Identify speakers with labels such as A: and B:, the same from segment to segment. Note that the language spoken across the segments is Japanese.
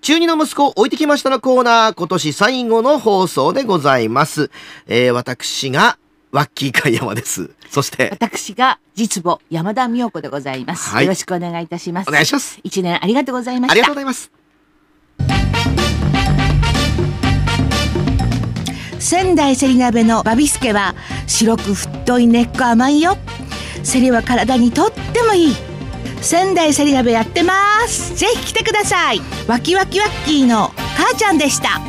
A: 中二の息子を置いてきましたのコーナー、今年最後の放送でございます。えー、私が、ワッキー海山です。そして、
B: 私が実母山田美代子でございます、
A: はい
B: よろしくお願いいたします
A: お願いします。
B: 一年ありがとうございま
A: あ
B: し
A: りがとうご
B: た
A: ざいます。
C: 仙台セリ鍋のバビスケは白く太い根っこ甘いよセリは体にとってもいい仙台セリ鍋やってますぜひ来てくださいワキワキワッキーの母ちゃんでした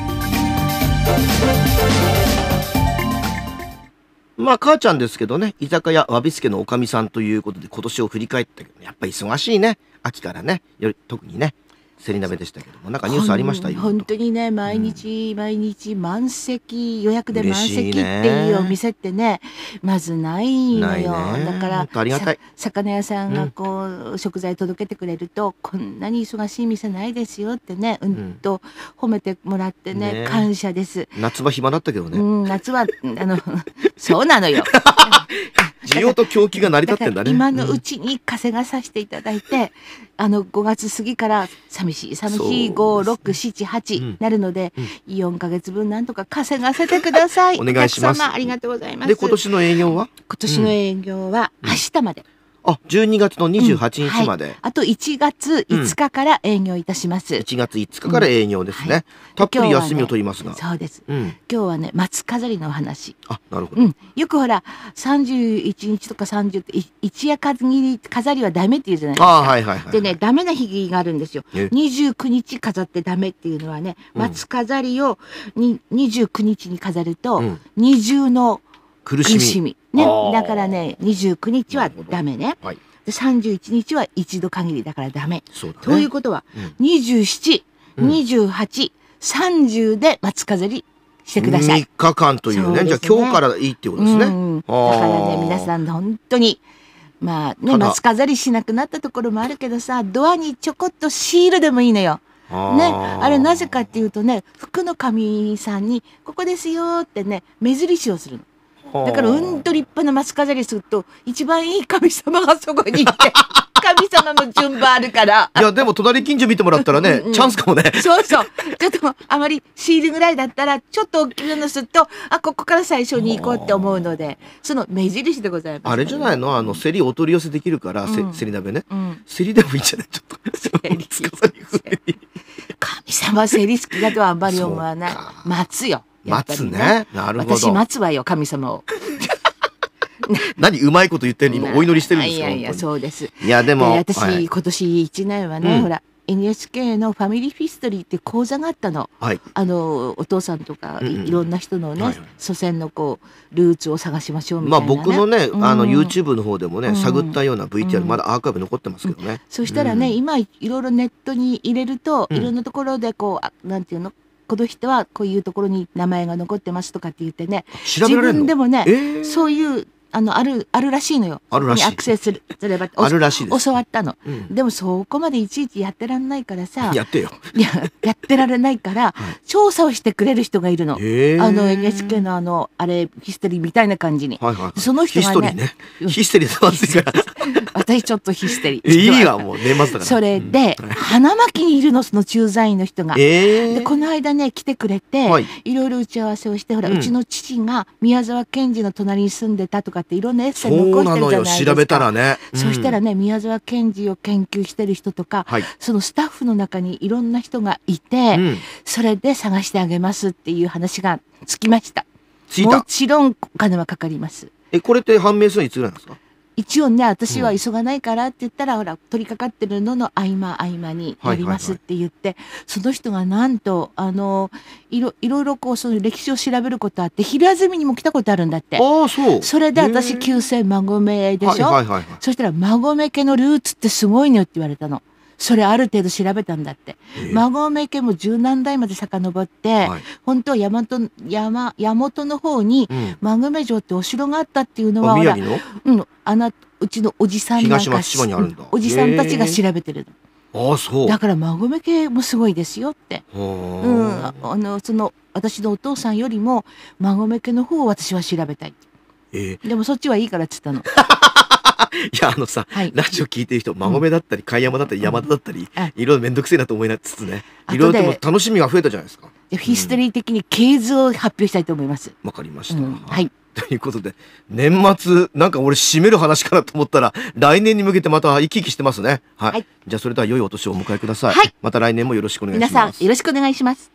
A: まあ、母ちゃんですけどね、居酒屋わびすけのおかみさんということで、今年を振り返ったけど、やっぱ忙しいね。秋からね、より特にね、セリ鍋でしたけども、なんかニュースありました
B: ほん
A: 今の
B: 本
A: とこ
B: 当にね毎日、毎日満席予約で満席って
A: 嬉しいね
B: いうお店ってねまずないのよ
A: ないね
B: だから
A: 本当ありがたい
B: さ魚屋さんがこう、食材届けてくれるとこんなに忙しい店ないですよってねうんと褒めてもらってね
A: ね
B: 感謝です、
A: 夏場暇だったけど
B: う
A: ね、
B: ん夏はあの そうなのよ
A: 需要と供給が成り
B: だ
A: 立っ
B: か
A: てんだ
B: ら
A: ね。
B: 今の
A: う
B: うんちに風がさしていただいて、あの5月過ぎから寂しい寂
A: そう
B: しい
A: うん
B: 5678なるので
A: うん
B: 4ヶ月分なんとか稼がせてください
A: お願いします
B: お客様ありがとうございます
A: で、今年の営業は
B: 今年の営業は明日まで、
A: あ、12月の28
B: は
A: 日
B: い
A: まで。
B: あと1月5日から営業いたします、
A: 1月5日から営業ですね、
B: うんはい
A: たっぷり休みを取りますが、
B: そうです
A: うん
B: 今日はね松飾りのお話
A: あなるほど、
B: うん、よくほら31日とか30ってい一夜限り飾りはダメって言うじゃないですか
A: ああはいはいはい
B: でね、ダメな日があるんですよ。
A: え
B: 29日飾ってダメっていうのはね、
A: うん
B: 松飾りをに29日に飾ると、
A: うん
B: 二重の
A: 苦し
B: 苦
A: み
B: しみ。ね
A: あー、
B: だからね、29日はダメね。
A: はい
B: で31日は一度限りだからダメ。
A: そうだね
B: ということは、
A: うん
B: 27、
A: うん
B: 28、30で松飾りしてください
A: 3。日間というね
B: そう
A: じ
B: で
A: ゃ
B: すね
A: あ今日からいいってことですね、
B: うんうんだか
A: あー
B: らね皆さん本当にまあ
A: た
B: ね
A: だ
B: 松飾りしなくなったところもあるけどさドアにちょこっとシールでもいいのよ。
A: あ
B: ね
A: ー
B: あれなぜかっていうとね服の神さんに「ここですよ」ってね目印をするの。だからうんと立派な松飾りすると一番いい神様がそこにい て神様の順番あるから。
A: いやでも隣近所見てもらったらね
B: うんうん
A: チャンスかもね
B: そうそう。ちょっとあまりシールぐらいだったら、ちょっと大きくのすると、あ、ここから最初に行こうって思うので、その目印でございます。
A: あれじゃないのあのセリお取り寄せできるから、せ
B: うん
A: セリ鍋ね
B: うん。
A: セリでもいいんじゃないちょっと
B: リ
A: つかさり風に
B: 神様生理好きだとはあんまり思わない
A: そうか。
B: 待つよ。やっぱ
A: 待つ
B: り
A: ねなるほど
B: 私待つわよ、神様を。
A: 何うまいこと言ってる 今お祈りしてるんですよ
B: いやいや、
A: 本当
B: そうです。
A: にいやで
B: で
A: も
B: 私、
A: はい、
B: 今年一年はね、
A: うん
B: ほら、NHK のファミリーヒストリーって講座があったの。
A: はい
B: あの、お父さんとか、
A: うんうん
B: いいろんな人のね、
A: はいはい
B: 祖先のこう、ルーツを探しましょうみ
A: ま
B: た
A: あ
B: いな、ね。
A: 僕のね、あの
B: うん
A: YouTube の方でもね、
B: うん
A: 探ったような VTR
B: うん
A: まだアーカイブ残ってますけどね。
B: そしたらね、
A: うん
B: 今いろいろネットに入れると、
A: うん
B: いろんなところでこうあなんていうのこの人はこういうところに名前が残ってますとかって言ってね
A: 調べ
B: 自
A: られる
B: 分で
A: の。
B: もね
A: えー
B: そういうあのあるあるらしいのよ
A: あるらしい
B: にアクセスするすれば
A: あるらしいです。
B: 教わったの
A: うん
B: でもそこまでいちいちやってらんないから さ
A: やってよ。
B: いややってられないから、調査をしてくれる人がいるの、
A: えー
B: あの NHK。のあのあれヒストリーみたいな感じに、
A: はいはいはい。
B: その人
A: ヒ
B: が
A: スト
B: ね
A: リーね。
B: うん
A: ヒステリーでまずいから。
B: 私ちょっとヒステリー
A: いいわもう年末だから。
B: それ
A: うん。
B: で、花巻にいるのその駐在員の人が。
A: ええ。
B: でこの間ね来てくれて、
A: はいい、
B: ろいろ打ち合わせをしてほら、
A: う
B: うんちの父が宮沢賢治の隣に住んでたとかっていろんなエッセイ
A: そう
B: 残し
A: な
B: てる
A: の
B: じゃない
A: よ。
B: ですか
A: 調べたらね。うん
B: そしたら。ね宮沢賢治を研究してる人とか、
A: はい。
B: そのスタッフの中にいろんな人がいて、
A: うん。
B: それで探してあげますっていう話がつきました
A: つい
B: も
A: た。
B: ちろんお金はかかります
A: えこれって判明するのいつぐらいなんですか。
B: 一応ね私は急がないからって言ったら、ほら取り掛かってるのの合間合間にやりますって言って、その人がなんとあのいろいろいろこうその歴史を調べることあって昼休みにも来たことあるんだって
A: ああそう。
B: それで
A: へ
B: 私
A: ー
B: 旧姓孫目でしょ、
A: はいはいはいはい。
B: そしたら孫目家のルーツってすごいのよって言われたのそれある程度調べたんだって
A: えー
B: 孫目家も十何代まで遡って、
A: はい
B: 本当は大和山大和の方に
A: うん。
B: 孫目城ってお城があったっていうのは
A: あ
B: ほら
A: 宮城の。
B: うん、あなうちのおじさんなんか
A: 東松島にあるんだ
B: うおじさんたちが調べてる
A: ああそ
B: の
A: う。
B: だから孫目系もすごいですよって、
A: ほ
B: う
A: ー
B: ん、あのその私のお父さんよりも孫目系の方を私は調べたい
A: えー
B: でもそっちはいいからっつったの
A: いやあのさ
B: はい。
A: ラジオ聞いてる人馬込だったり貝山だったり山田だったり
B: うん
A: いろいろ面倒くせえなと思いなつつね
B: 後で
A: いろいろでも楽しみが増えたじゃないですか
B: ヒストリー的に系図を発表したいと思います。
A: わかりまし
B: う
A: た、
B: ん、はい。
A: ということで年末なんか俺締める話かなと思ったら来年に向けてまた生き生きしてますねはい、
B: はい
A: じゃあそれでは良いお年をお迎えください、
B: はい
A: また来年もよろしくお願いしま
B: 皆
A: す
B: さん、よろしくお願いします。